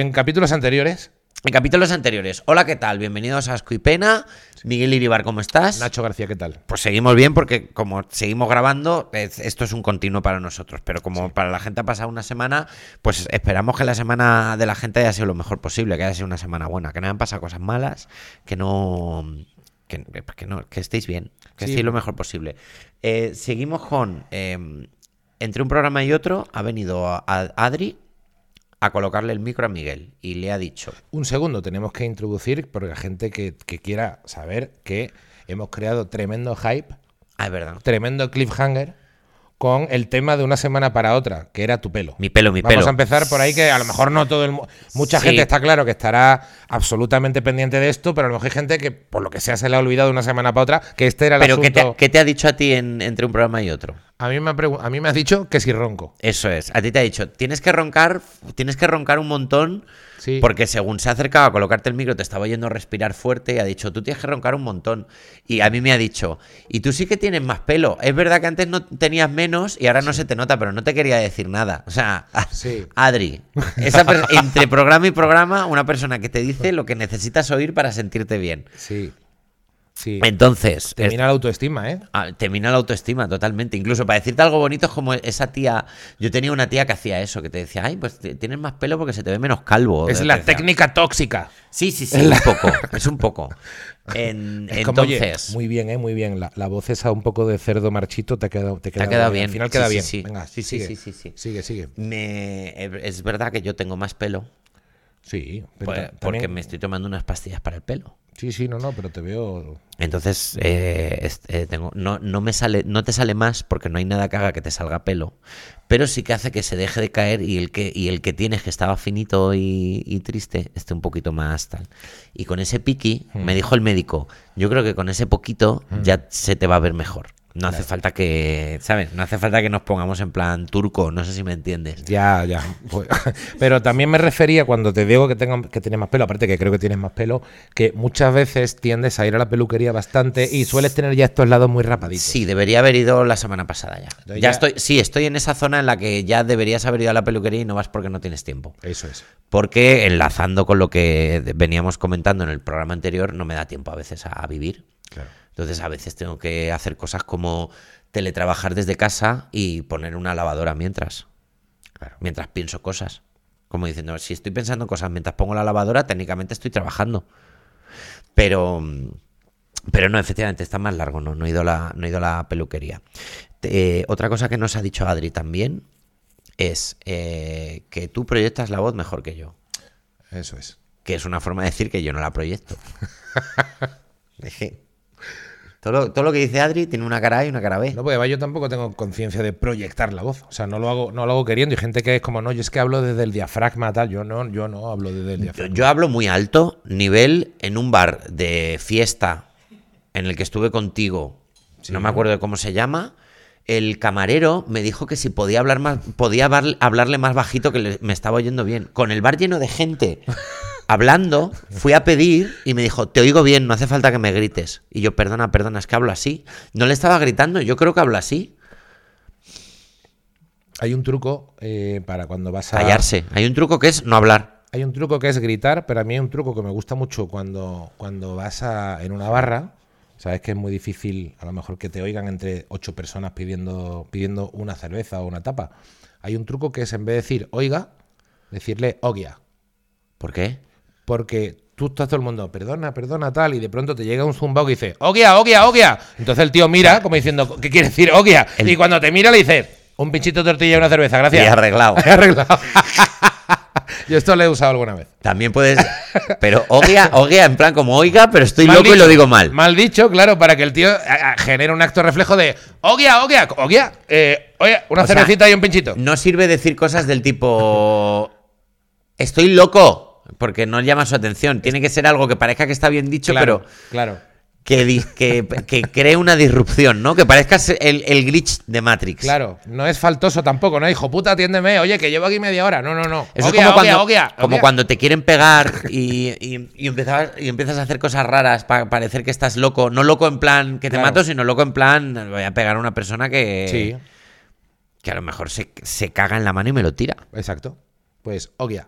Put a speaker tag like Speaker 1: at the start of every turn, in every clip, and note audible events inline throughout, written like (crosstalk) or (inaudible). Speaker 1: en capítulos anteriores,
Speaker 2: En capítulos anteriores. Hola, ¿qué tal? Bienvenidos a Asco y Pena. Miguel Iribar, ¿cómo estás?
Speaker 1: Nacho García, ¿qué tal?
Speaker 2: Pues seguimos bien porque como seguimos grabando, es- esto es un continuo para nosotros. Pero como para la gente ha pasado una semana, pues esperamos que la semana de la gente haya sido lo mejor posible, que haya sido una semana buena, que no hayan pasado cosas malas, que no... Que, pues que no, que estéis bien, que
Speaker 1: Sí.
Speaker 2: estéis lo mejor posible. Eh, seguimos con... eh, entre un programa y otro ha venido a- a Adri a colocarle el micro a Miguel y le ha dicho...
Speaker 1: Un segundo, tenemos que introducir, porque la gente que, que quiera saber que hemos creado tremendo hype,
Speaker 2: Ah, es verdad.
Speaker 1: tremendo cliffhanger, con el tema de una semana para otra, que era tu pelo.
Speaker 2: Mi pelo, mi
Speaker 1: Vamos
Speaker 2: pelo.
Speaker 1: a empezar por ahí, que a lo mejor no todo el mundo. Mucha
Speaker 2: Sí.
Speaker 1: gente está claro que estará absolutamente pendiente de esto, pero a lo mejor hay gente que, por lo que sea, se le ha olvidado de una semana para otra, que este era el
Speaker 2: Pero ¿qué te,
Speaker 1: asunto.
Speaker 2: ha- qué te ha dicho a ti en- entre un programa y otro?
Speaker 1: a, mí me ha pregu- a mí me has dicho que si ronco.
Speaker 2: Eso es. A ti te ha dicho, tienes que roncar, tienes que roncar un montón.
Speaker 1: Sí.
Speaker 2: Porque según se acercaba a colocarte el micro, te estaba oyendo respirar fuerte y ha dicho, tú tienes que roncar un montón. Y a mí me ha dicho, y tú sí que tienes más pelo. Es verdad que antes no tenías menos y ahora no se te nota, pero no te quería decir nada. O sea, (laughs) a-
Speaker 1: Sí.
Speaker 2: Adri, esa per- entre programa y programa, una persona que te dice lo que necesitas oír para sentirte bien.
Speaker 1: Sí. Sí.
Speaker 2: Entonces,
Speaker 1: Te mina la autoestima, ¿eh?
Speaker 2: Ah, te mina la autoestima totalmente. Incluso para decirte algo bonito es como esa tía. Yo tenía una tía que hacía eso, que te decía, ay, pues te- tienes más pelo porque se te ve menos calvo.
Speaker 1: Es
Speaker 2: Te
Speaker 1: la
Speaker 2: decía.
Speaker 1: técnica tóxica.
Speaker 2: Sí,
Speaker 1: (laughs)
Speaker 2: sí, sí, un poco. Es un poco. En-
Speaker 1: Es como, oye,
Speaker 2: entonces,
Speaker 1: muy bien, ¿eh? Muy bien. La, la voz esa un poco de cerdo marchito te ha quedado, te
Speaker 2: ha quedado bien.
Speaker 1: Al final queda
Speaker 2: Sí, sí,
Speaker 1: bien.
Speaker 2: sí.
Speaker 1: Venga,
Speaker 2: Sí, sí,
Speaker 1: sigue.
Speaker 2: sí, sí, sí.
Speaker 1: Sigue, sigue.
Speaker 2: me- es verdad que yo tengo más pelo
Speaker 1: Sí. pero ta-
Speaker 2: pues, porque
Speaker 1: también-
Speaker 2: me estoy tomando unas pastillas para el pelo.
Speaker 1: Sí, sí, no, no, pero te veo...
Speaker 2: Entonces, eh, es- eh, tengo, no, no, me sale, no te sale más porque no hay nada que haga que te salga pelo, pero sí que hace que se deje de caer y el que, y el que tienes que estaba finito y, y triste esté un poquito más tal. Y con ese piqui,
Speaker 1: Mm.
Speaker 2: me dijo el médico, yo creo que con ese poquito ya se te va a ver mejor. No hace falta que, ¿sabes? No hace falta que nos pongamos en plan turco, no sé si me entiendes.
Speaker 1: Ya,
Speaker 2: (laughs)
Speaker 1: ya. Pues, (laughs) pero también me refería cuando te digo que, tengo, que tienes más pelo, aparte que creo que tienes más pelo, que muchas veces tiendes a ir a la peluquería bastante y sueles tener ya estos lados muy rapaditos.
Speaker 2: Sí, debería haber ido la semana pasada ya. Ya,
Speaker 1: Entonces ya-
Speaker 2: estoy, sí, estoy en esa zona en la que ya deberías haber ido a la peluquería y no vas porque no tienes tiempo.
Speaker 1: Eso es.
Speaker 2: Porque enlazando con lo que veníamos comentando en el programa anterior, no me da tiempo a veces a vivir.
Speaker 1: Claro.
Speaker 2: Entonces a veces tengo que hacer cosas como teletrabajar desde casa y poner una lavadora mientras. Mientras pienso cosas. Como diciendo, si estoy pensando cosas mientras pongo la lavadora, técnicamente estoy trabajando. Pero, pero no, efectivamente, está más largo, no, no, he, ido a la, no he ido a la peluquería. Eh, otra cosa que nos ha dicho Adri también es eh, que tú proyectas la voz mejor que yo.
Speaker 1: Eso es.
Speaker 2: Que es una forma de decir que yo no la proyecto. Es que todo, lo, todo lo que dice Adri tiene una cara A y una cara B.
Speaker 1: (laughs) No, porque además yo tampoco tengo conciencia de proyectar la voz. O sea, no lo hago, no lo hago queriendo. Y gente que es como, no, yo es que hablo desde el diafragma, tal. Yo no, yo no hablo desde el
Speaker 2: Yo,
Speaker 1: diafragma.
Speaker 2: yo hablo muy alto, nivel en un bar de fiesta en el que estuve contigo, no me acuerdo de cómo se llama. El camarero me dijo que si podía hablar más, podía hablar- hablarle más bajito que le- me estaba oyendo bien. Con el bar lleno de gente hablando, fui a pedir y me dijo, te oigo bien, no hace falta que me grites. Y yo, perdona, perdona, es que hablo así. No le estaba gritando, yo creo que hablo así.
Speaker 1: Hay un truco eh, para cuando vas a.
Speaker 2: Callarse. Hay un truco que es no hablar.
Speaker 1: Hay un truco que es gritar, pero a mí hay un truco que me gusta mucho cuando, cuando vas a, en una barra. Sabes que es muy difícil, a lo mejor, que te oigan entre ocho personas pidiendo, pidiendo una cerveza o una tapa. Hay un truco que es, en vez de decir oiga, decirle ogia.
Speaker 2: ¿Por qué?
Speaker 1: Porque tú estás todo el mundo, perdona, perdona, tal, y de pronto te llega un zumbao que dice, ogia, ogia, ogia. Entonces el tío mira, como diciendo, ¿qué quiere decir ogia?
Speaker 2: El-
Speaker 1: Y cuando te mira le dice, un pinchito de tortilla y una cerveza,
Speaker 2: Y
Speaker 1: gracias. (laughs)
Speaker 2: arreglado.
Speaker 1: Arreglado. Yo esto lo he usado alguna vez.
Speaker 2: También puedes. Pero oguea, oguea, en plan como oiga, pero estoy
Speaker 1: Mal
Speaker 2: loco y
Speaker 1: dicho.
Speaker 2: lo digo mal.
Speaker 1: Mal dicho, claro, para que el tío a- a- genere un acto reflejo de, ogia, ogia, ogia, eh, oye, una
Speaker 2: O sea,
Speaker 1: cervecita y un pinchito.
Speaker 2: No sirve decir cosas del tipo. Estoy loco. Porque no llama su atención. Tiene que ser algo que parezca que está bien dicho,
Speaker 1: claro,
Speaker 2: pero
Speaker 1: claro.
Speaker 2: que, di- que, que cree una disrupción, ¿no? Que parezca ser el, el glitch de Matrix.
Speaker 1: Claro, no es faltoso tampoco, no, hijo puta, atiéndeme, oye, que llevo aquí media hora. No, no, no. Ogia,
Speaker 2: Eso es como,
Speaker 1: ogia,
Speaker 2: cuando,
Speaker 1: ogia,
Speaker 2: como
Speaker 1: ogia.
Speaker 2: cuando te quieren pegar y, y- y empezabas- y empiezas a hacer cosas raras para parecer que estás loco. No loco en plan que te
Speaker 1: Claro.
Speaker 2: mato, sino loco en plan voy a pegar a una persona que,
Speaker 1: Sí.
Speaker 2: que a lo mejor se, se caga en la mano y me lo tira.
Speaker 1: Exacto. Pues, ogia.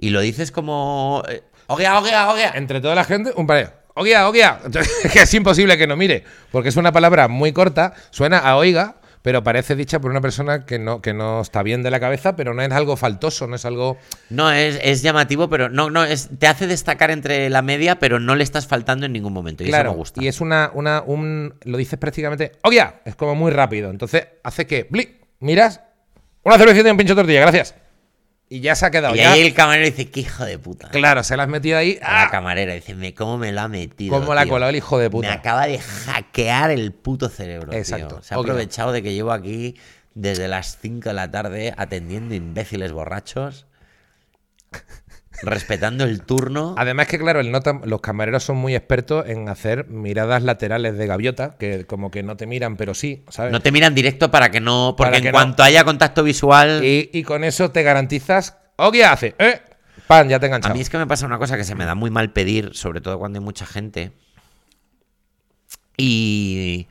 Speaker 2: Y lo dices como. eh, Oguea, oguea, oguea.
Speaker 1: Entre toda la gente, un pareo. Oguía, oguía. Entonces, (laughs) que es imposible que no mire, porque es una palabra muy corta, suena a oiga, pero parece dicha por una persona que no, que no está bien de la cabeza, pero no es algo faltoso, no es algo...
Speaker 2: No, es, es llamativo, pero no, no, es, te hace destacar entre la media, pero no le estás faltando en ningún momento. Y
Speaker 1: claro,
Speaker 2: eso me gusta.
Speaker 1: y es una, una, un... Lo dices prácticamente, oguía, es como muy rápido. Entonces hace que, bli, miras, una cervecita y un pincho de tortilla, gracias. Y ya se ha quedado.
Speaker 2: Y
Speaker 1: ya-
Speaker 2: ahí el camarero dice, qué hijo de puta.
Speaker 1: Claro, se la has metido ahí.
Speaker 2: A
Speaker 1: ¡ah!
Speaker 2: la camarera dice, "Me- ¿cómo me la ha metido?
Speaker 1: Como la
Speaker 2: tío?
Speaker 1: colado el hijo de
Speaker 2: Me
Speaker 1: puta.
Speaker 2: acaba de hackear el puto cerebro. tío.
Speaker 1: Exacto.
Speaker 2: Se ha
Speaker 1: Ok.
Speaker 2: aprovechado de que llevo aquí desde las 5 de la tarde atendiendo imbéciles borrachos, (laughs) respetando el turno.
Speaker 1: Además que, claro, el nota, los camareros son muy expertos en hacer miradas laterales de gaviota, que como que no te miran, pero sí, ¿sabes?
Speaker 2: No te miran directo para que no. Porque
Speaker 1: Para
Speaker 2: en
Speaker 1: que no.
Speaker 2: cuanto haya contacto visual.
Speaker 1: y, y con eso te garantizas, ¿o qué hace? ¿Eh? ¡Pam! Ya te he
Speaker 2: A
Speaker 1: enganchado.
Speaker 2: mí es que me pasa una cosa que se me da muy mal pedir, sobre todo cuando hay mucha gente. Y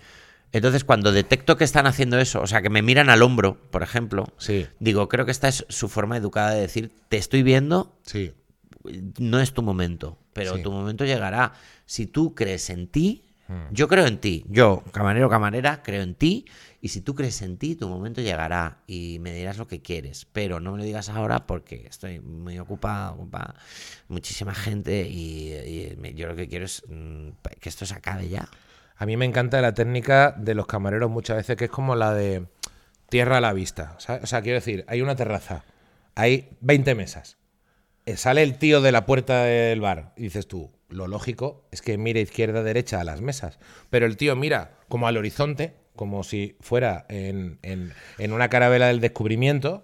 Speaker 2: entonces cuando detecto que están haciendo eso, o sea, que me miran al hombro, por ejemplo,
Speaker 1: Sí,
Speaker 2: digo, creo que esta es su forma educada de decir, te estoy viendo,
Speaker 1: sí.
Speaker 2: no es tu momento, pero
Speaker 1: Sí.
Speaker 2: tu momento llegará. Si tú crees en ti,
Speaker 1: Hmm.
Speaker 2: yo creo en ti, yo, camarero, camarera, creo en ti, y si tú crees en ti, tu momento llegará y me dirás lo que quieres, pero no me lo digas ahora porque estoy muy ocupado, ocupada, muchísima gente, y, y me- yo lo que quiero es mm, pa- que esto se acabe ya.
Speaker 1: A mí me encanta la técnica de los camareros muchas veces, que es como la de tierra a la vista. ¿sabes? O sea, quiero decir, hay una terraza, hay 20 mesas. eh, Sale el tío de la puerta del bar y dices tú, lo lógico es que mire izquierda, derecha a las mesas. Pero el tío mira como al horizonte, como si fuera en, en- en una carabela del descubrimiento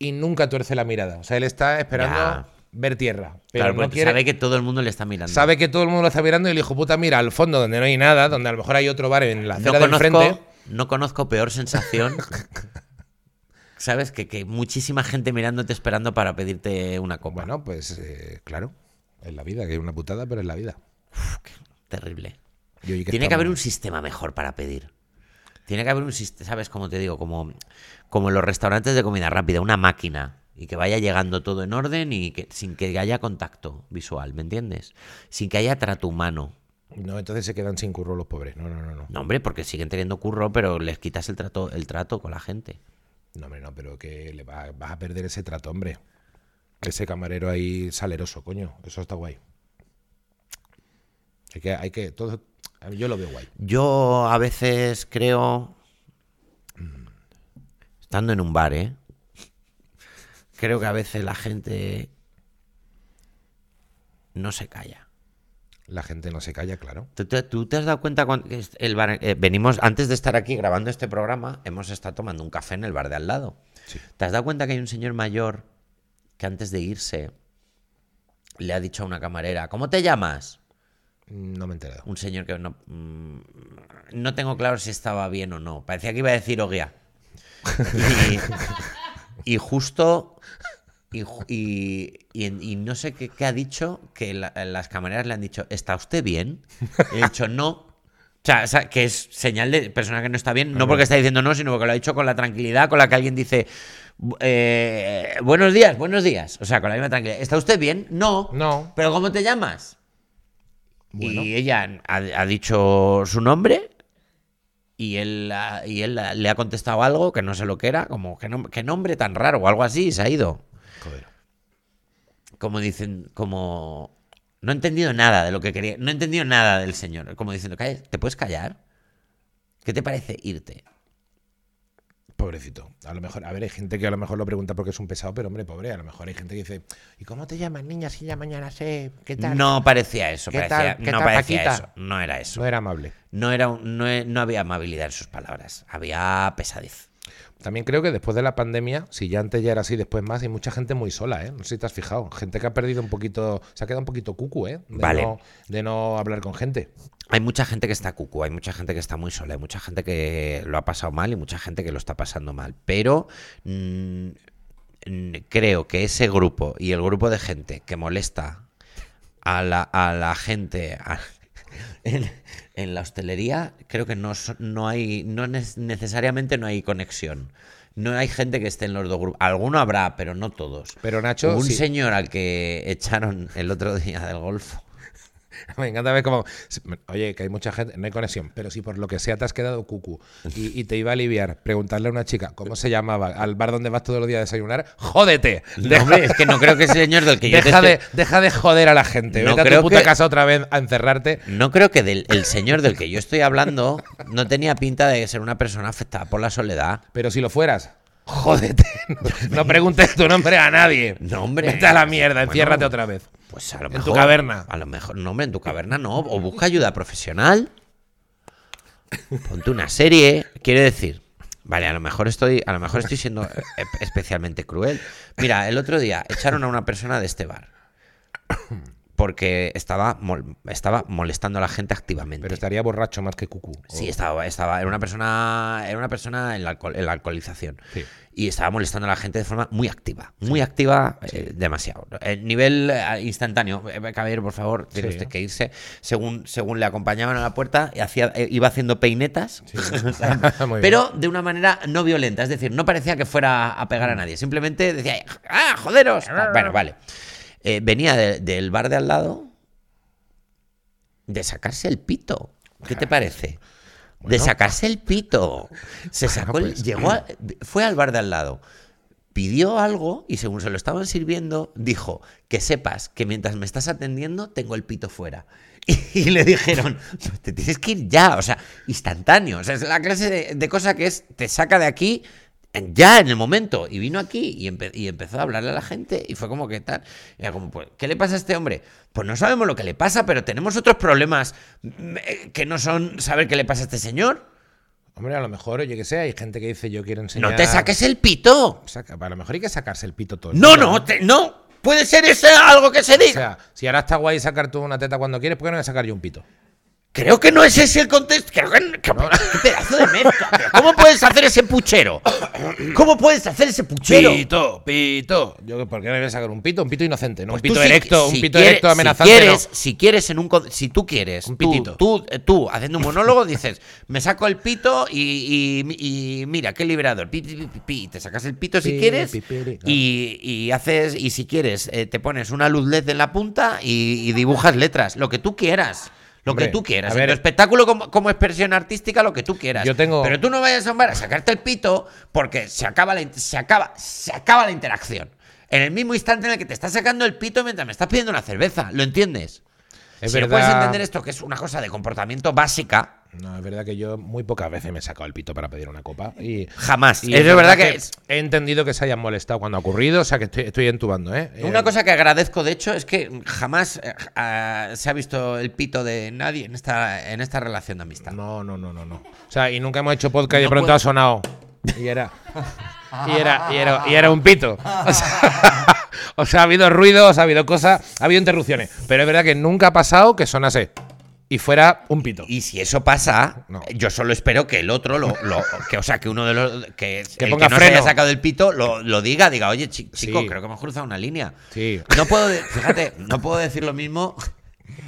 Speaker 1: y nunca tuerce la mirada. O sea, él está esperando
Speaker 2: Ya.
Speaker 1: ver tierra. Pero
Speaker 2: claro,
Speaker 1: no
Speaker 2: porque
Speaker 1: quiere
Speaker 2: sabe que todo el mundo le está mirando.
Speaker 1: Mm. sabe que todo el mundo lo está mirando y el hijo puta mira al fondo donde no hay nada, donde a lo mejor hay otro bar en la
Speaker 2: no
Speaker 1: acera del
Speaker 2: conozco,
Speaker 1: frente.
Speaker 2: no conozco peor sensación. (laughs) ¿Sabes? Que, que muchísima gente mirándote esperando para pedirte una copa.
Speaker 1: Bueno, pues eh, claro, es la vida, que es una putada, pero es la vida.
Speaker 2: Terrible.
Speaker 1: Y oye,
Speaker 2: Tiene que
Speaker 1: estamos-
Speaker 2: haber un sistema mejor para pedir. Tiene que haber un sistema, ¿sabes? Como te digo, como, como en los restaurantes de comida rápida, una máquina. Y que vaya llegando todo en orden y que, sin que haya contacto visual, ¿me entiendes? Sin que haya trato humano.
Speaker 1: No, entonces se quedan sin curro los pobres. No, no, no, no.
Speaker 2: No, hombre, porque siguen teniendo curro, pero les quitas el trato, el trato con la gente.
Speaker 1: No, hombre, no, pero que le va- vas a perder ese trato, hombre. Ese camarero ahí saleroso, coño. Eso está guay. Hay que, hay que, todo, a mí yo lo veo guay.
Speaker 2: Yo a veces creo, estando en un bar, ¿eh? creo que a veces la gente no se calla.
Speaker 1: La gente no se calla, claro.
Speaker 2: ¿Tú te, tú te has dado cuenta cuan- que es- el bar- eh, venimos antes de estar aquí grabando este programa, hemos estado tomando un café en el bar de al lado.
Speaker 1: Sí.
Speaker 2: ¿Te has dado cuenta que hay un señor mayor que antes de irse le ha dicho a una camarera, ¿cómo te llamas?
Speaker 1: No me he enterado.
Speaker 2: un señor que no, mm, no tengo claro si estaba bien o no. Parecía que iba a decir Oguía. Y, y justo. Y, ju- y- y- y no sé qué, qué ha dicho, que la- las camareras le han dicho, ¿está usted bien? Y he dicho, no. O sea, o sea, que es señal de persona que no está bien, no porque está diciendo no, sino porque lo ha dicho con la tranquilidad con la que alguien dice, "Bu- eh, buenos días, buenos días. O sea, con la misma tranquilidad. ¿Está usted bien? No.
Speaker 1: No.
Speaker 2: ¿Pero cómo te llamas?
Speaker 1: Bueno.
Speaker 2: Y ella ha, ha dicho su nombre y él, ha- y él ha- le ha contestado algo que no sé lo que era, como ¿qué, nom- qué nombre tan raro o algo así, y se ha ido.
Speaker 1: Joder.
Speaker 2: Como dicen, como... No he entendido nada de lo que quería, no he entendido nada del señor. Como diciendo, "Calla, ¿te puedes callar? ¿Qué te parece irte?
Speaker 1: Pobrecito. A lo mejor, a ver, hay gente que a lo mejor lo pregunta porque es un pesado, pero hombre, pobre, a lo mejor hay gente que dice, ¿y cómo te llamas, niña? Si ya mañana sé, ¿qué tal?
Speaker 2: No parecía eso,
Speaker 1: ¿Qué
Speaker 2: parecía-
Speaker 1: tal- qué
Speaker 2: no
Speaker 1: tal,
Speaker 2: parecía
Speaker 1: Paquita?
Speaker 2: eso, no era eso.
Speaker 1: No era amable.
Speaker 2: No, era, un- no e- no había amabilidad en sus palabras, había pesadez.
Speaker 1: También creo que después de la pandemia, si ya antes ya era así, después más, hay mucha gente muy sola, ¿eh? No sé si te has fijado. Gente que ha perdido un poquito, se ha quedado un poquito cucu, ¿eh? De
Speaker 2: Vale.
Speaker 1: No, de no hablar con gente.
Speaker 2: Hay mucha gente que está cucu, hay mucha gente que está muy sola, hay mucha gente que lo ha pasado mal y mucha gente que lo está pasando mal. Pero mm, mm, creo que ese grupo y el grupo de gente que molesta a la, a la gente a- (laughs) en, en la hostelería, creo que no, so- no hay, no nes- necesariamente no hay conexión. No hay gente que esté en los dos grupos. Alguno habrá, pero no todos.
Speaker 1: Pero Nacho,
Speaker 2: un
Speaker 1: sí.
Speaker 2: señor al que echaron el otro día del golfo.
Speaker 1: (laughs) Me encanta ver cómo. Oye, que hay mucha gente, no hay conexión, pero si por lo que sea te has quedado cucu y, y te iba a aliviar, preguntarle a una chica cómo se llamaba al bar donde vas todos los días a desayunar, jódete.
Speaker 2: No,
Speaker 1: Deja,
Speaker 2: hombre, es que no creo que ese señor del que yo te
Speaker 1: deja de,
Speaker 2: estoy-
Speaker 1: deja de joder a la gente.
Speaker 2: No
Speaker 1: Vete a
Speaker 2: creo
Speaker 1: tu puta
Speaker 2: que-
Speaker 1: casa otra vez a encerrarte.
Speaker 2: No creo que del, el señor del que yo estoy hablando no tenía pinta de ser una persona afectada por la soledad.
Speaker 1: Pero si lo fueras,
Speaker 2: (laughs)
Speaker 1: jódete. No, no preguntes tu nombre a nadie.
Speaker 2: No, hombre.
Speaker 1: Vete a la mierda,
Speaker 2: Bueno,
Speaker 1: enciérrate otra vez.
Speaker 2: Pues a lo
Speaker 1: En tu
Speaker 2: mejor.
Speaker 1: caverna.
Speaker 2: A lo mejor, no, hombre, en tu caverna no. O busca ayuda profesional. Ponte una serie. Quiere decir. Vale, a lo mejor estoy, a lo mejor estoy siendo eh, especialmente cruel. Mira, el otro día echaron a una persona de este bar. Porque estaba, mol- estaba molestando a la gente activamente.
Speaker 1: Pero estaría borracho más que cucu.
Speaker 2: Sí, estaba, estaba, era una persona, era una persona en la, alcohol- en la alcoholización.
Speaker 1: Sí.
Speaker 2: Y estaba molestando a la gente de forma muy activa, muy activa, eh, demasiado. El nivel eh, instantáneo, eh, caballero, por favor, tiene
Speaker 1: Sí.
Speaker 2: usted que irse. Según, según le acompañaban a la puerta, y hacía, eh, iba haciendo peinetas, O (laughs) sea,
Speaker 1: (laughs) Muy bien.
Speaker 2: pero de una manera no violenta, es decir, no parecía que fuera a
Speaker 1: Mm.
Speaker 2: pegar a nadie, simplemente decía, ¡ah, joderos! Ah,
Speaker 1: (laughs)
Speaker 2: Bueno, vale. Eh, venía de- del bar de al lado de sacarse el pito. ¿Qué te parece? De sacarse
Speaker 1: (laughs)
Speaker 2: el pito. Se sacó el-
Speaker 1: pues.
Speaker 2: llegó a- fue al bar de al lado. Pidió algo y según se lo estaban sirviendo, dijo, que sepas que mientras me estás atendiendo tengo el pito fuera. (laughs) Y, y le dijeron, "Pues te tienes que ir ya, o sea, instantáneo. O sea, es la clase de, de cosa que es, te saca de aquí en- ya en el momento. Y vino aquí y, empe- y empezó a hablarle a la gente y fue como que tal. Era como, pues, ¿qué le pasa a este hombre? Pues no sabemos lo que le pasa, pero tenemos otros problemas mm, eh, que no son saber qué le pasa a este señor.
Speaker 1: Hombre, a lo mejor, oye, que sea, hay gente que dice yo quiero enseñar.
Speaker 2: No te saques el pito.
Speaker 1: Saca- a lo mejor hay que sacarse el pito todo. el
Speaker 2: No,
Speaker 1: día,
Speaker 2: no, te- no. Puede ser eso algo que se
Speaker 1: O
Speaker 2: diga.
Speaker 1: sea, si ahora está guay sacar tú una teta cuando quieres, ¿por qué no voy a sacar yo un pito?
Speaker 2: Creo que no es ese el contexto. Creo que, que- qué pedazo de mezcla. Pero ¿Cómo puedes hacer ese puchero? ¿Cómo puedes hacer ese puchero?
Speaker 1: Pito, pito. Yo, ¿Por qué no voy a sacar un pito? Un pito inocente, ¿no?
Speaker 2: Pues
Speaker 1: un
Speaker 2: tú
Speaker 1: pito
Speaker 2: si-
Speaker 1: erecto,
Speaker 2: si
Speaker 1: un pito
Speaker 2: quieres-
Speaker 1: erecto amenazante.
Speaker 2: Si quieres,
Speaker 1: no.
Speaker 2: si quieres en un con- si tú quieres,
Speaker 1: Un
Speaker 2: tú-
Speaker 1: pitito.
Speaker 2: Tú, eh, tú, haciendo un monólogo dices, me saco el pito y, y- y mira, qué liberador. Pi, pi, pi, pi, pi. Te sacas el pito si
Speaker 1: Pi,
Speaker 2: quieres
Speaker 1: pi, pi, pi,
Speaker 2: y, y haces y si quieres eh, te pones una luz LED en la punta y, y dibujas letras, lo que tú quieras. Lo
Speaker 1: Hombre,
Speaker 2: que tú quieras.
Speaker 1: a
Speaker 2: En
Speaker 1: ver.
Speaker 2: tu espectáculo como, como expresión artística, lo que tú quieras.
Speaker 1: Yo tengo-
Speaker 2: Pero tú no vayas a un bar a sacarte el pito porque se acaba la, in- se acaba, se acaba la interacción. En el mismo instante en el que te estás sacando el pito mientras me estás pidiendo una cerveza. ¿Lo entiendes?
Speaker 1: Es
Speaker 2: si no
Speaker 1: verdad.
Speaker 2: puedes entender esto, que es una cosa de comportamiento básica,
Speaker 1: No, es verdad que yo muy pocas veces me he sacado el pito para pedir una copa. Y,
Speaker 2: jamás.
Speaker 1: y
Speaker 2: es verdad, que, es-
Speaker 1: he entendido que se hayan molestado cuando ha ocurrido, o sea que estoy, estoy entubando, ¿eh? Eh,
Speaker 2: Una cosa que agradezco, de hecho, es que jamás eh, ah, se ha visto el pito de nadie en esta, en esta relación de amistad.
Speaker 1: No, no, no, no, no. O sea, y nunca hemos hecho podcast y de
Speaker 2: No
Speaker 1: pronto
Speaker 2: puedo.
Speaker 1: ha sonado. Y era. (laughs) Y era, y era, y era un pito. (laughs) O sea, (laughs) o sea, ha habido ruidos, ha habido cosas, ha habido interrupciones. Pero es verdad que nunca ha pasado que sonase y fuera un pito.
Speaker 2: Y si eso pasa,
Speaker 1: No.
Speaker 2: yo solo espero que el otro, lo,
Speaker 1: (laughs)
Speaker 2: lo- que, o sea, que uno de los que, el
Speaker 1: ponga
Speaker 2: que no se
Speaker 1: freno.
Speaker 2: haya sacado el pito, lo, lo diga, diga, oye, chi- chico,
Speaker 1: Sí.
Speaker 2: creo que hemos cruzado una línea.
Speaker 1: Sí.
Speaker 2: No puedo, de- fíjate, no puedo decir lo mismo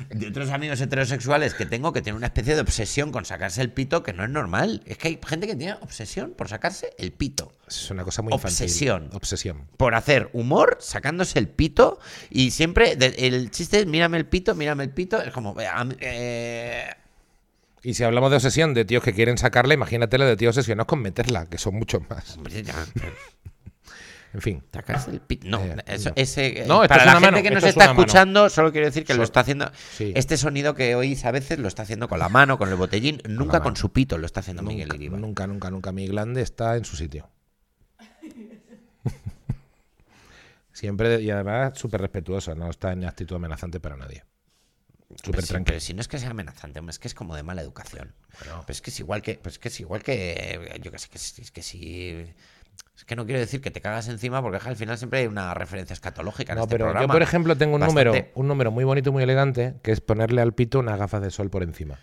Speaker 2: de otros amigos heterosexuales que tengo que tienen una especie de obsesión con sacarse el pito que no es normal. Es que hay gente que tiene obsesión por sacarse el pito.
Speaker 1: Es una cosa muy infantil.
Speaker 2: Obsesión.
Speaker 1: Obsesión.
Speaker 2: Por hacer humor sacándose el pito y siempre de- el chiste es mírame el pito, mírame el pito. Es como, eh, a mí- eh,
Speaker 1: Y si hablamos de obsesión, de tíos que quieren sacarla, imagínate lo de tíos obsesionados con meterla, que son muchos más.
Speaker 2: hombre, ya.
Speaker 1: En fin.
Speaker 2: Sacarse el pit. No,
Speaker 1: Eh,
Speaker 2: eso-
Speaker 1: no.
Speaker 2: ese. eh,
Speaker 1: No, esto
Speaker 2: para
Speaker 1: es
Speaker 2: la
Speaker 1: una
Speaker 2: gente
Speaker 1: mano,
Speaker 2: que nos
Speaker 1: esto es
Speaker 2: está
Speaker 1: una mano.
Speaker 2: escuchando, solo quiero decir que lo está haciendo.
Speaker 1: sí.
Speaker 2: Este sonido que oís a veces lo está haciendo con la mano, con el botellín, nunca con su pito lo está haciendo Miguel
Speaker 1: Nunca,
Speaker 2: Iribar.
Speaker 1: nunca, nunca, nunca. Mi glande está en su
Speaker 2: (laughs)
Speaker 1: sitio. Siempre, y además súper respetuoso, no está en actitud amenazante para nadie.
Speaker 2: Pero
Speaker 1: Súper
Speaker 2: Pues sí,
Speaker 1: tranquilo.
Speaker 2: pero si no es que sea amenazante, hombre, es que es como de mala educación.
Speaker 1: Bueno.
Speaker 2: Pero es que es igual que. Pues que es igual que. eh, Yo qué sé, que si- es que si. Es que no quiero decir que te cagas encima, porque es que al final siempre hay una referencia escatológica. en
Speaker 1: No,
Speaker 2: este
Speaker 1: pero yo,
Speaker 2: programa.
Speaker 1: por ejemplo, tengo un
Speaker 2: Bastante-
Speaker 1: número, un número muy bonito y muy elegante, que es ponerle al pito unas gafas de sol por encima.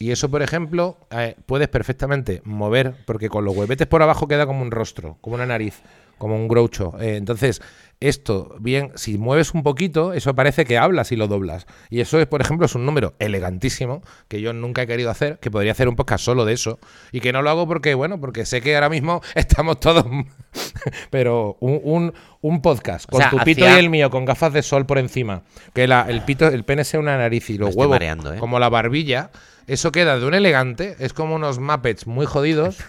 Speaker 1: Y eso, por ejemplo, eh, puedes perfectamente mover, porque con los huevetes por abajo queda como un rostro, como una nariz. como un groucho. Eh, entonces, esto, bien, si mueves un poquito, eso parece que hablas y lo doblas. Y eso es, por ejemplo, es un número elegantísimo que yo nunca he querido hacer, que podría hacer un podcast solo de eso. Y que no lo hago porque, bueno, porque sé que ahora mismo (laughs) estamos todos. (laughs) pero un, un, un podcast con
Speaker 2: sea,
Speaker 1: tu pito
Speaker 2: hacia-
Speaker 1: y el mío, con gafas de sol por encima. Que la- el pito, el pene sea una nariz y los
Speaker 2: estoy
Speaker 1: huevos
Speaker 2: mareando, ¿eh?
Speaker 1: como la barbilla. Eso queda de un elegante, es como unos Muppets muy jodidos.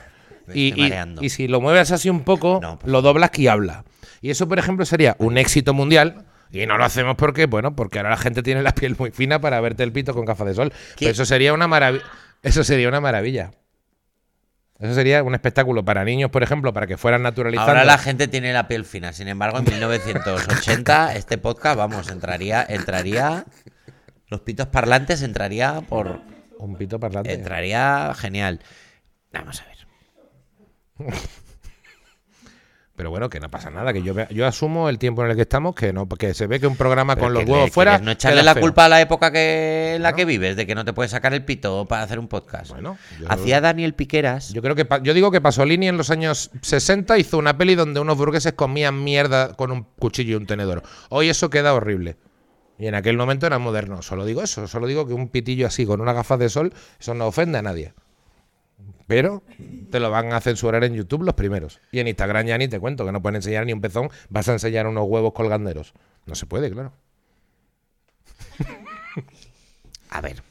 Speaker 2: Me
Speaker 1: Y,
Speaker 2: (laughs) estoy
Speaker 1: y-
Speaker 2: mareando.
Speaker 1: y si lo mueves así un poco,
Speaker 2: No, por
Speaker 1: lo doblas y habla. Y eso, por ejemplo, sería un éxito mundial. Y no lo hacemos porque, bueno, porque ahora la gente tiene la piel muy fina para verte el pito con gafas de sol.
Speaker 2: ¿Qué?
Speaker 1: Pero eso sería una maravilla. Eso sería una maravilla. Eso sería un espectáculo para niños, por ejemplo, para que fueran naturalizando.
Speaker 2: Ahora la gente tiene la piel fina. Sin embargo, en
Speaker 1: (laughs)
Speaker 2: 1980 este podcast, vamos, entraría, entraría. Los pitos parlantes entraría por.
Speaker 1: Un pito parlante.
Speaker 2: Eh, Entraría genial. Vamos a ver.
Speaker 1: Pero bueno, que no pasa nada, que yo, me- yo asumo el tiempo en el que estamos, que no, que se ve que un programa
Speaker 2: Pero
Speaker 1: con los
Speaker 2: que
Speaker 1: huevos
Speaker 2: le-
Speaker 1: fuera.
Speaker 2: quieres No echarle
Speaker 1: queda
Speaker 2: la
Speaker 1: feo.
Speaker 2: culpa a la época que en la que vives, de que no te puedes sacar el pito para hacer un podcast.
Speaker 1: Bueno, yo-
Speaker 2: Hacía Daniel Piqueras.
Speaker 1: Yo creo que pa- yo digo que Pasolini en los años 60 hizo una peli donde unos burgueses comían mierda con un cuchillo y un tenedor. Hoy eso queda horrible. Y en aquel momento era moderno. Solo digo eso. Solo digo que un pitillo así con una gafas de sol, eso no ofende a nadie. Pero te lo van a censurar en YouTube los primeros. Y en Instagram ya ni te cuento que no pueden enseñar ni un pezón. Vas a enseñar unos huevos colganderos. No se puede, claro.
Speaker 2: A ver.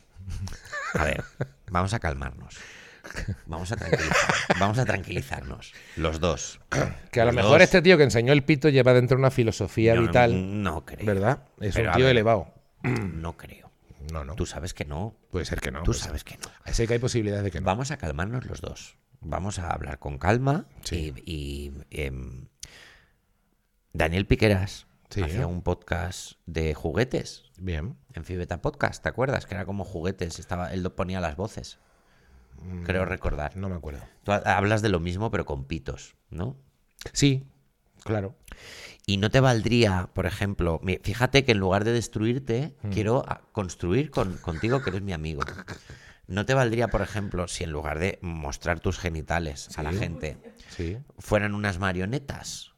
Speaker 2: A ver. Vamos a calmarnos. Vamos a tranquilizar- Vamos a tranquilizarnos. Los dos.
Speaker 1: Que a lo
Speaker 2: Los
Speaker 1: mejor
Speaker 2: dos.
Speaker 1: este tío que enseñó el pito lleva dentro una filosofía
Speaker 2: Yo no-
Speaker 1: vital,
Speaker 2: No, creo.
Speaker 1: ¿verdad? Es un
Speaker 2: Pero a
Speaker 1: tío
Speaker 2: ver.
Speaker 1: elevado.
Speaker 2: No creo.
Speaker 1: No, no.
Speaker 2: Tú sabes que no.
Speaker 1: Puede ser que no.
Speaker 2: Tú
Speaker 1: puede ser
Speaker 2: sabes que no.
Speaker 1: Sé que hay posibilidades de que no.
Speaker 2: Vamos a calmarnos los dos. Vamos a hablar con calma.
Speaker 1: Sí.
Speaker 2: Y, y, em, Daniel Piqueras
Speaker 1: Sí,
Speaker 2: hacía
Speaker 1: ¿eh?
Speaker 2: un podcast de juguetes
Speaker 1: Bien.
Speaker 2: en Fibeta Podcast, ¿te acuerdas? Que era como juguetes, estaba, él ponía las voces. Creo recordar.
Speaker 1: Mm, No me acuerdo.
Speaker 2: Tú ha- hablas de lo mismo, pero con pitos, ¿no?
Speaker 1: Sí, claro.
Speaker 2: Y no te valdría, por ejemplo, mi- fíjate que en lugar de destruirte, quiero a- construir con- contigo que eres mi (laughs) amigo. No te valdría, por ejemplo, si en lugar de mostrar tus genitales a la gente,
Speaker 1: Sí.
Speaker 2: fueran unas marionetas,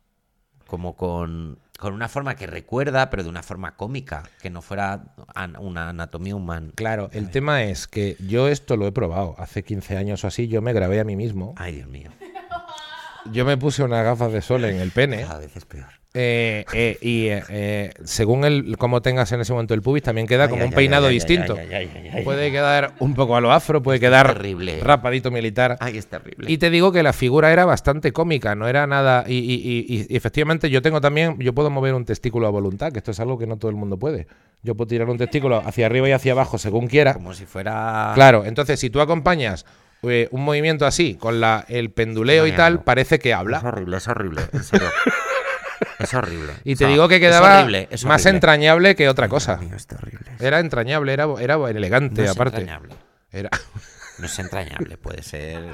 Speaker 2: como con, con una forma que recuerda, pero de una forma cómica, que no fuera an- una anatomía humana.
Speaker 1: Claro, el tema es que yo esto lo he probado. Hace 15 años o así yo me grabé a mí mismo.
Speaker 2: Ay, Dios mío.
Speaker 1: ¿Eh? Yo me puse unas gafas de sol en el
Speaker 2: (laughs)
Speaker 1: pene.
Speaker 2: Cada vez es peor.
Speaker 1: eh, eh, y eh, eh, según el cómo tengas en ese momento el pubis, también queda como
Speaker 2: Ay,
Speaker 1: un
Speaker 2: ay,
Speaker 1: peinado
Speaker 2: ay, ay,
Speaker 1: distinto.
Speaker 2: ay, ay, ay, ay,
Speaker 1: Puede quedar un poco a lo afro, puede quedar
Speaker 2: terrible.
Speaker 1: rapadito militar.
Speaker 2: Ay, es terrible.
Speaker 1: Y te digo que la figura era bastante cómica, no era nada. Y, y- y- y efectivamente, yo tengo también. Yo puedo mover un testículo a voluntad, que esto es algo que no todo el mundo puede. Yo puedo tirar un testículo hacia arriba y hacia abajo según quiera.
Speaker 2: Como si fuera...
Speaker 1: Claro, entonces si tú acompañas eh, un movimiento así, con la, el penduleo y tal,
Speaker 2: Mañana.
Speaker 1: parece que
Speaker 2: Es
Speaker 1: habla.
Speaker 2: horrible, es horrible, en serio. (laughs) es horrible.
Speaker 1: Y
Speaker 2: O
Speaker 1: te
Speaker 2: sea,
Speaker 1: digo que
Speaker 2: es
Speaker 1: quedaba
Speaker 2: horrible, es
Speaker 1: más
Speaker 2: horrible.
Speaker 1: entrañable que otra cosa.
Speaker 2: Dios mío, es terrible.
Speaker 1: Era entrañable, era, era elegante,
Speaker 2: No es
Speaker 1: aparte.
Speaker 2: entrañable.
Speaker 1: Era. (laughs)
Speaker 2: No es entrañable, puede ser...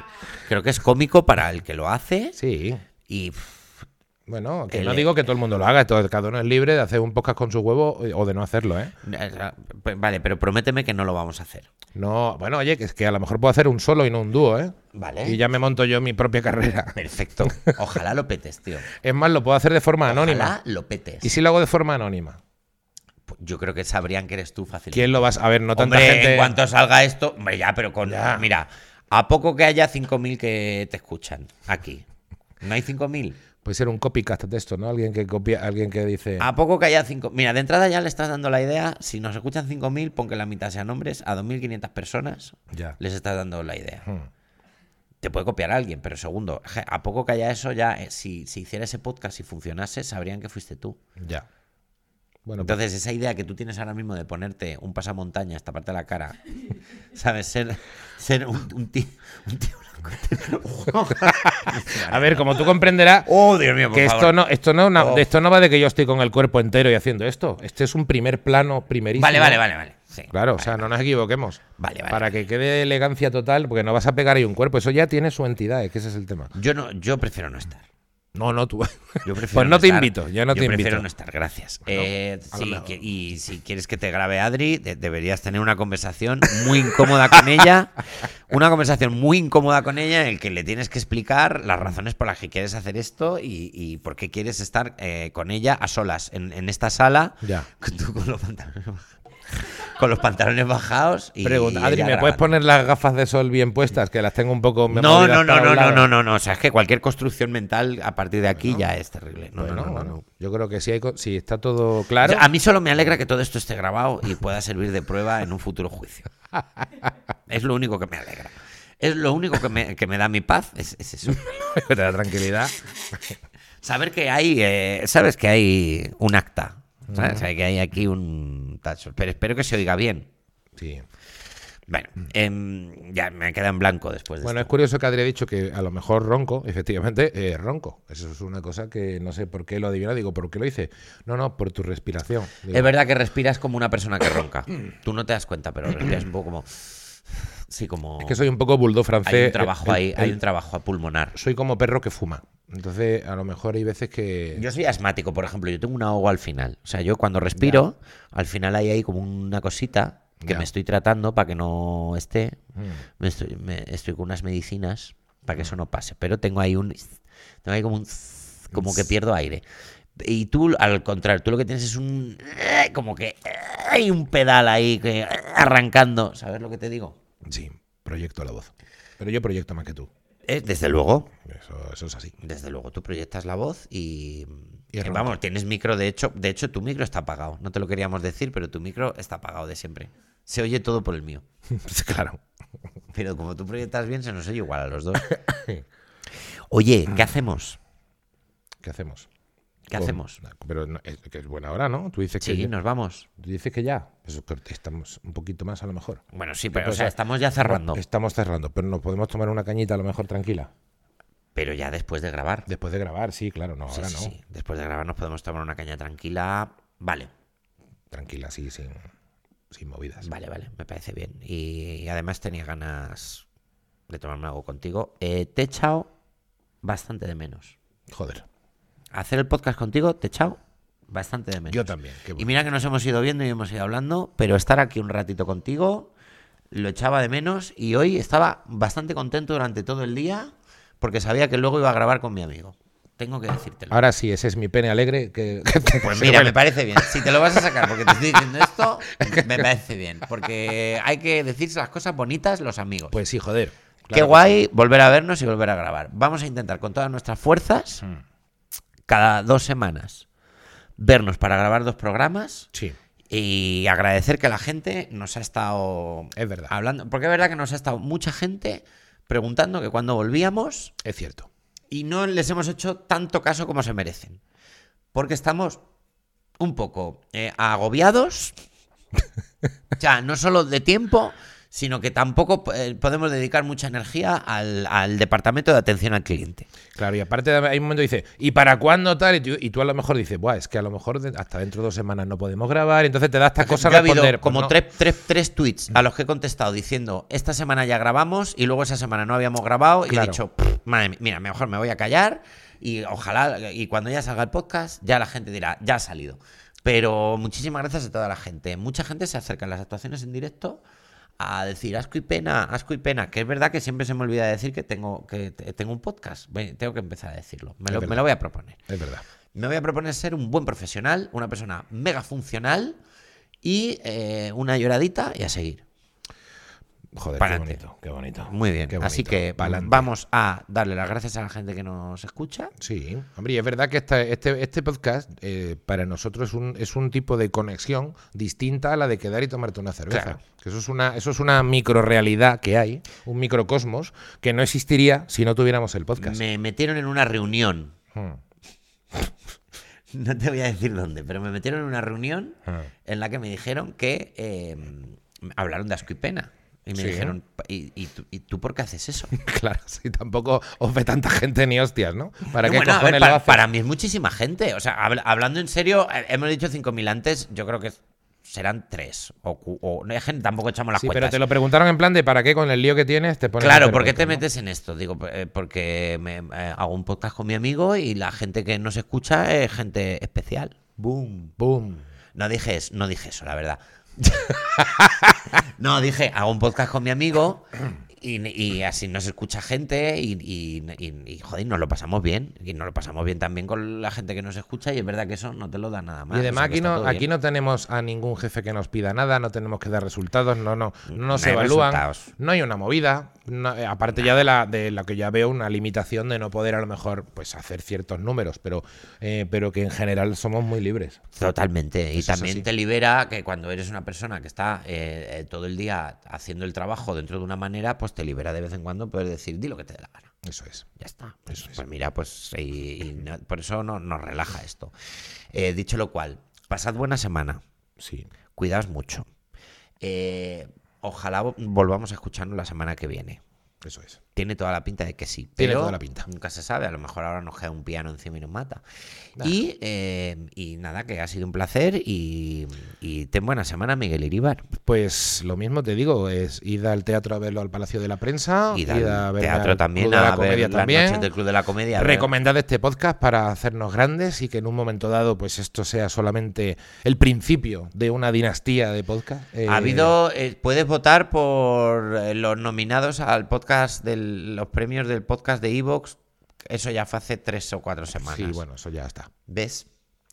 Speaker 2: Creo que es cómico para el que lo hace
Speaker 1: Sí.
Speaker 2: y... pff,
Speaker 1: Bueno, que
Speaker 2: El-
Speaker 1: no digo que todo el mundo lo haga, todo, cada uno es libre de hacer un podcast con su huevo eh, o de no hacerlo, ¿eh?
Speaker 2: eh, Vale, pero prométeme que no lo vamos a hacer.
Speaker 1: No, bueno, oye, que es que a lo mejor puedo hacer un solo y no un dúo, ¿eh?
Speaker 2: Vale.
Speaker 1: Y ya me monto yo mi propia carrera. (laughs)
Speaker 2: Perfecto. Ojalá lo petes, tío.
Speaker 1: Es más, lo puedo hacer de forma anónima.
Speaker 2: Ojalá lo petes. Pues
Speaker 1: ¿Y si lo hago de forma anónima?
Speaker 2: Yo creo que sabrían que eres tú fácilmente.
Speaker 1: ¿Quién lo vas a ver? No tanta
Speaker 2: Hombre,
Speaker 1: gente.
Speaker 2: en cuanto salga esto, hombre, ya, pero con.
Speaker 1: Ya.
Speaker 2: Mira, a poco que haya 5.000 que te escuchan aquí. ¿No hay 5.000?
Speaker 1: Puede ser un copycat de esto, ¿no? Alguien que copia, alguien que dice.
Speaker 2: A poco que haya 5.000. Mira, de entrada ya le estás dando la idea. Si nos escuchan 5.000, pon que la mitad sean hombres, a 2.500 personas
Speaker 1: ya.
Speaker 2: les estás dando la idea.
Speaker 1: Hmm.
Speaker 2: Te puede copiar alguien, pero segundo, je, a poco que haya eso, ya, eh, si, si hiciera ese podcast y funcionase, sabrían que fuiste tú.
Speaker 1: Ya. Bueno, pues,
Speaker 2: Entonces, esa idea que tú tienes ahora mismo de ponerte un pasamontaña, esta parte de
Speaker 1: (laughs)
Speaker 2: la cara, ¿sabes? Ser, ser un, un tío. Un tío
Speaker 1: (laughs)
Speaker 2: blanco.
Speaker 1: a ver, como tú comprenderás.
Speaker 2: Oh, Dios mío, (laughs) por
Speaker 1: Que esto
Speaker 2: favor.
Speaker 1: no, esto no, na-
Speaker 2: Oh.
Speaker 1: esto no va de que yo estoy con el cuerpo entero y haciendo esto. Este es un primer plano primerísimo.
Speaker 2: Vale, vale, vale, vale. Sí.
Speaker 1: Claro, o sea, no nos equivoquemos.
Speaker 2: Vale, vale,
Speaker 1: Para que quede elegancia total, porque no vas a pegar ahí un cuerpo. Eso ya tiene su entidad, es que ese es el tema.
Speaker 2: Yo no, yo prefiero no estar.
Speaker 1: No, no, tú.
Speaker 2: Yo prefiero
Speaker 1: Pues no te
Speaker 2: estar.
Speaker 1: invito, yo no te
Speaker 2: prefiero
Speaker 1: invito.
Speaker 2: no estar, gracias.
Speaker 1: Bueno,
Speaker 2: Eh,
Speaker 1: a lo
Speaker 2: sí,
Speaker 1: mejor.
Speaker 2: que- y si quieres que te grabe Adri, de- deberías tener una conversación muy incómoda
Speaker 1: (laughs)
Speaker 2: con ella. Una conversación muy incómoda con ella en el que le tienes que explicar las razones por las que quieres hacer esto y, y por qué quieres estar eh, con ella a solas en, en esta sala.
Speaker 1: Ya.
Speaker 2: Con, tú con los pantalones bajados. Con los pantalones bajados (laughs) y.
Speaker 1: Pregunta,
Speaker 2: y
Speaker 1: Adri,
Speaker 2: ella
Speaker 1: ¿me puedes
Speaker 2: grabando.
Speaker 1: poner las gafas de sol bien puestas? Que las tengo un poco. me he
Speaker 2: No,
Speaker 1: movido
Speaker 2: no,
Speaker 1: hasta
Speaker 2: no,
Speaker 1: un
Speaker 2: no, no,
Speaker 1: lado.
Speaker 2: no, no, no. O sea, es que cualquier construcción mental a partir de aquí ya es terrible. No,
Speaker 1: Pues
Speaker 2: no, no, no,
Speaker 1: bueno,
Speaker 2: no.
Speaker 1: Yo creo que sí, hay, co- sí está todo claro.
Speaker 2: Yo- A mí solo me alegra que todo esto esté grabado y pueda servir de prueba en un futuro juicio. Es lo único que me alegra. Es lo único que me, que me da mi paz, es, es eso.
Speaker 1: (laughs) Te da tranquilidad.
Speaker 2: Saber que hay, eh, sabes que hay un acta, ¿sabes? O sea, que hay aquí un tacho. Pero espero que se oiga bien.
Speaker 1: Sí.
Speaker 2: Bueno, em, ya me queda en blanco después de
Speaker 1: Mm. Bueno, es
Speaker 2: esto.
Speaker 1: curioso que Adri ha dicho que a lo mejor ronco, (laughs) efectivamente, eh, ronco. Eso es una cosa que no sé por qué lo adivino. Digo, ¿por qué lo hice? No, no, por tu respiración. Digo,
Speaker 2: Es verdad que respiras como una persona que ronca. Tú no te das cuenta, pero respiras un poco como... Sí, como...
Speaker 1: es que soy un poco bulldog francés.
Speaker 2: hay un trabajo
Speaker 1: El-
Speaker 2: ahí,
Speaker 1: el-
Speaker 2: hay un trabajo pulmonar.
Speaker 1: soy como perro que fuma. Entonces, a lo mejor hay veces que.
Speaker 2: Yo soy asmático, por ejemplo, yo tengo una ahogo al final. O sea, yo cuando respiro, al final hay ahí como una cosita que
Speaker 1: Ya.
Speaker 2: me estoy tratando para que no esté.
Speaker 1: Mm.
Speaker 2: Me estoy, me- estoy con unas medicinas para que eso no pase. Pero tengo ahí un. Tengo ahí como un. Como que pierdo aire. Y tú, al contrario, tú lo que tienes es un. eh, Como que. Hay un pedal ahí que, eh, arrancando. ¿Sabes lo que te digo?
Speaker 1: Sí, proyecto la voz. Pero yo proyecto más que tú.
Speaker 2: Eh, Desde luego,
Speaker 1: Eso, eso es
Speaker 2: (laughs)
Speaker 1: así.
Speaker 2: Desde luego, tú proyectas la voz y.
Speaker 1: Y
Speaker 2: eh,
Speaker 1: ronca.
Speaker 2: vamos, tienes micro, de hecho. De hecho, tu micro está apagado. No te lo queríamos decir, pero tu micro está apagado de siempre. Se oye todo por el mío.
Speaker 1: claro.
Speaker 2: Pero como tú proyectas bien, se nos oye igual a
Speaker 1: (coughs)
Speaker 2: los dos. Oye, ¿qué hacemos?
Speaker 1: ¿Qué hacemos?
Speaker 2: ¿Qué
Speaker 1: Con-
Speaker 2: hacemos?
Speaker 1: Pero no- es, que es buena hora, ¿no? Tú dices que
Speaker 2: Sí,
Speaker 1: ya,
Speaker 2: nos vamos.
Speaker 1: tú dices que ya. Pues que estamos un poquito más a lo mejor.
Speaker 2: Bueno, sí, pero o
Speaker 1: Pues,
Speaker 2: sea,
Speaker 1: eh,
Speaker 2: estamos ya cerrando.
Speaker 1: Estamos cerrando, pero nos podemos tomar una cañita a lo mejor tranquila.
Speaker 2: Pero ya después de grabar.
Speaker 1: Después de grabar, sí, claro, no,
Speaker 2: Sí,
Speaker 1: ahora
Speaker 2: sí,
Speaker 1: no.
Speaker 2: sí. Después de grabar nos podemos tomar una caña tranquila. Vale.
Speaker 1: Tranquila, sí, sin, sin movidas.
Speaker 2: Vale, vale, me parece bien. Y además tenía ganas de tomarme algo contigo. Eh, te he echado bastante de menos.
Speaker 1: Joder.
Speaker 2: Hacer el podcast contigo, te he echado bastante de menos.
Speaker 1: Yo también. qué
Speaker 2: Y
Speaker 1: bueno.
Speaker 2: mira que nos hemos ido viendo y hemos ido hablando, pero estar aquí un ratito contigo lo echaba de menos y hoy estaba bastante contento durante todo el día porque sabía que luego iba a grabar con mi amigo. Tengo que decírtelo.
Speaker 1: Ahora sí, ese es mi pene alegre. Que, (laughs) que-
Speaker 2: Pues mira, me parece bien. Si te lo vas a sacar porque te estoy diciendo esto, me parece bien. Porque hay que decirse las cosas bonitas los amigos.
Speaker 1: pues sí, joder.
Speaker 2: Qué
Speaker 1: claro.
Speaker 2: guay volver a vernos y volver a grabar. Vamos a intentar con todas nuestras fuerzas, cada dos semanas, vernos para grabar dos programas
Speaker 1: Sí,
Speaker 2: y agradecer que la gente nos ha estado
Speaker 1: es verdad.
Speaker 2: hablando. Porque es verdad que nos ha estado mucha gente preguntando que cuando volvíamos
Speaker 1: Es cierto.
Speaker 2: y no les hemos hecho tanto caso como se merecen. Porque estamos un poco eh, agobiados. o sea, no solo de tiempo, sino que tampoco eh, podemos dedicar mucha energía al, al departamento de atención al cliente.
Speaker 1: Claro, y aparte hay un momento que dice, ¿y para cuándo tal? Y tú, y tú a lo mejor dices, Buah, es que a lo mejor de- hasta dentro de dos semanas no podemos grabar, entonces te da esta cosa
Speaker 2: Yo he
Speaker 1: responder.
Speaker 2: habido
Speaker 1: Pues
Speaker 2: como
Speaker 1: no.
Speaker 2: tres, tres- tres tweets a los que he contestado diciendo esta semana ya grabamos y luego esa semana no habíamos grabado y he
Speaker 1: Claro.
Speaker 2: dicho, "Pff, madre mía, mira, mejor me voy a callar y ojalá, y cuando ya salga el podcast, ya la gente dirá, ya ha salido. Pero muchísimas gracias a toda la gente. Mucha gente se acerca en las actuaciones en directo a decir asco y pena, asco y pena, que es verdad que siempre se me olvida decir que tengo, que te- tengo un podcast. Ve- Tengo que empezar a decirlo. Me lo-
Speaker 1: verdad.
Speaker 2: me lo voy a proponer.
Speaker 1: Es verdad.
Speaker 2: Me voy a proponer ser un buen profesional, una persona mega funcional y eh, una lloradita y a seguir.
Speaker 1: Joder, qué
Speaker 2: Pa'lante.
Speaker 1: bonito, qué bonito.
Speaker 2: Muy bien.
Speaker 1: Qué
Speaker 2: Así
Speaker 1: bonito.
Speaker 2: que
Speaker 1: Pa'lante.
Speaker 2: vamos a darle las gracias a la gente que nos escucha.
Speaker 1: Sí, hombre, y es verdad que esta- este, este podcast eh, para nosotros es un, es un tipo de conexión distinta a la de quedar y tomarte una cerveza.
Speaker 2: Claro.
Speaker 1: Que eso es una, eso es una microrealidad que hay, un microcosmos, que no existiría si no tuviéramos el podcast.
Speaker 2: Me metieron en una reunión.
Speaker 1: Hmm.
Speaker 2: (laughs) No te voy a decir dónde, pero me metieron en una reunión
Speaker 1: Ah. (laughs)
Speaker 2: en la que me dijeron que eh, hablaron de asco y pena. Y me
Speaker 1: Sí.
Speaker 2: dijeron, ¿Y, y tú, ¿y tú por qué haces eso?
Speaker 1: Claro, sí, tampoco os ve tanta gente ni hostias, ¿no? ¿Para
Speaker 2: No,
Speaker 1: qué
Speaker 2: bueno, a ver,
Speaker 1: cojones
Speaker 2: para,
Speaker 1: lo haces?
Speaker 2: para mí es muchísima gente. O sea, habl- hablando en serio, eh, hemos dicho 5.000 antes, yo creo que es serán tres. O, cu- o- no, es que tampoco echamos las
Speaker 1: Sí,
Speaker 2: cuentas.
Speaker 1: pero te lo preguntaron en plan de para qué con el lío que tienes te pones.
Speaker 2: Claro,
Speaker 1: enfermo,
Speaker 2: ¿por qué te
Speaker 1: ¿no?
Speaker 2: metes en esto? Digo, eh, porque me, eh, hago un podcast con mi amigo y la gente que nos escucha es gente especial. Boom.
Speaker 1: Boom.
Speaker 2: No dije, es- no dije eso, la verdad. no, dije, hago un podcast con mi amigo y, y así nos escucha gente y, y- y- y, joder, nos lo pasamos bien. Y nos lo pasamos bien también con la gente que nos escucha y es verdad que eso no te lo da nada más.
Speaker 1: Y además
Speaker 2: o sea, que
Speaker 1: aquí
Speaker 2: está
Speaker 1: no,
Speaker 2: todo
Speaker 1: aquí
Speaker 2: bien.
Speaker 1: no tenemos a ningún jefe que nos pida nada, no tenemos que dar resultados, no, no, no nos
Speaker 2: No hay
Speaker 1: evalúan,
Speaker 2: resultados.
Speaker 1: no hay una movida, no- eh, aparte ya de la, de la que ya veo una limitación de no poder a lo mejor pues hacer ciertos números, pero, eh, pero que en general somos muy libres.
Speaker 2: Totalmente. Y
Speaker 1: Pues Eso es
Speaker 2: también
Speaker 1: así.
Speaker 2: te libera que cuando eres una persona que está eh, eh, todo el día haciendo el trabajo dentro de una manera, pues te libera de vez en cuando poder decir, di lo que te dé la gana.
Speaker 1: Eso es.
Speaker 2: Ya está. Pues, pues mira, pues y- y no- por eso no- nos relaja esto. Eh, dicho lo cual, pasad buena semana.
Speaker 1: Sí.
Speaker 2: Cuidaos mucho. Eh, ojalá vo- volvamos a escucharnos la semana que viene.
Speaker 1: Eso es.
Speaker 2: Tiene toda la pinta de que sí.
Speaker 1: Tiene
Speaker 2: pero
Speaker 1: toda la pinta.
Speaker 2: Nunca se sabe. A lo mejor ahora nos queda un piano encima y nos mata. Y, eh, y nada, que ha sido un placer y, y ten buena semana, Miguel Iribar.
Speaker 1: Pues lo mismo te digo, es id al teatro a verlo al Palacio de la Prensa,
Speaker 2: Y
Speaker 1: id
Speaker 2: al
Speaker 1: a verme
Speaker 2: teatro
Speaker 1: al
Speaker 2: también,
Speaker 1: Club de la
Speaker 2: a ver
Speaker 1: Comedia
Speaker 2: las
Speaker 1: también.
Speaker 2: noches del Club de la Comedia. a ver-
Speaker 1: Recomendad este podcast para hacernos grandes y que en un momento dado, pues esto sea solamente el principio de una dinastía de podcast. Eh,
Speaker 2: Ha habido, eh, puedes votar por eh, los nominados al podcast de los premios del podcast de Evox. Eso ya fue hace tres o cuatro semanas.
Speaker 1: Sí, bueno, eso ya está.
Speaker 2: ¿Ves?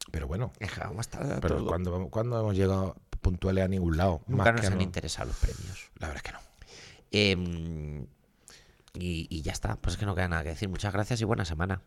Speaker 1: Pero bueno,
Speaker 2: Es que vamos a estar
Speaker 1: pero
Speaker 2: todo.
Speaker 1: cuando, vamos- cuando hemos llegado puntuales a ningún lado.
Speaker 2: Nunca
Speaker 1: Más
Speaker 2: nos
Speaker 1: que a
Speaker 2: han
Speaker 1: no-
Speaker 2: interesado los premios.
Speaker 1: La verdad es que no.
Speaker 2: Em, y, y ya está. Pues es que no queda nada que decir. Muchas gracias y buena semana.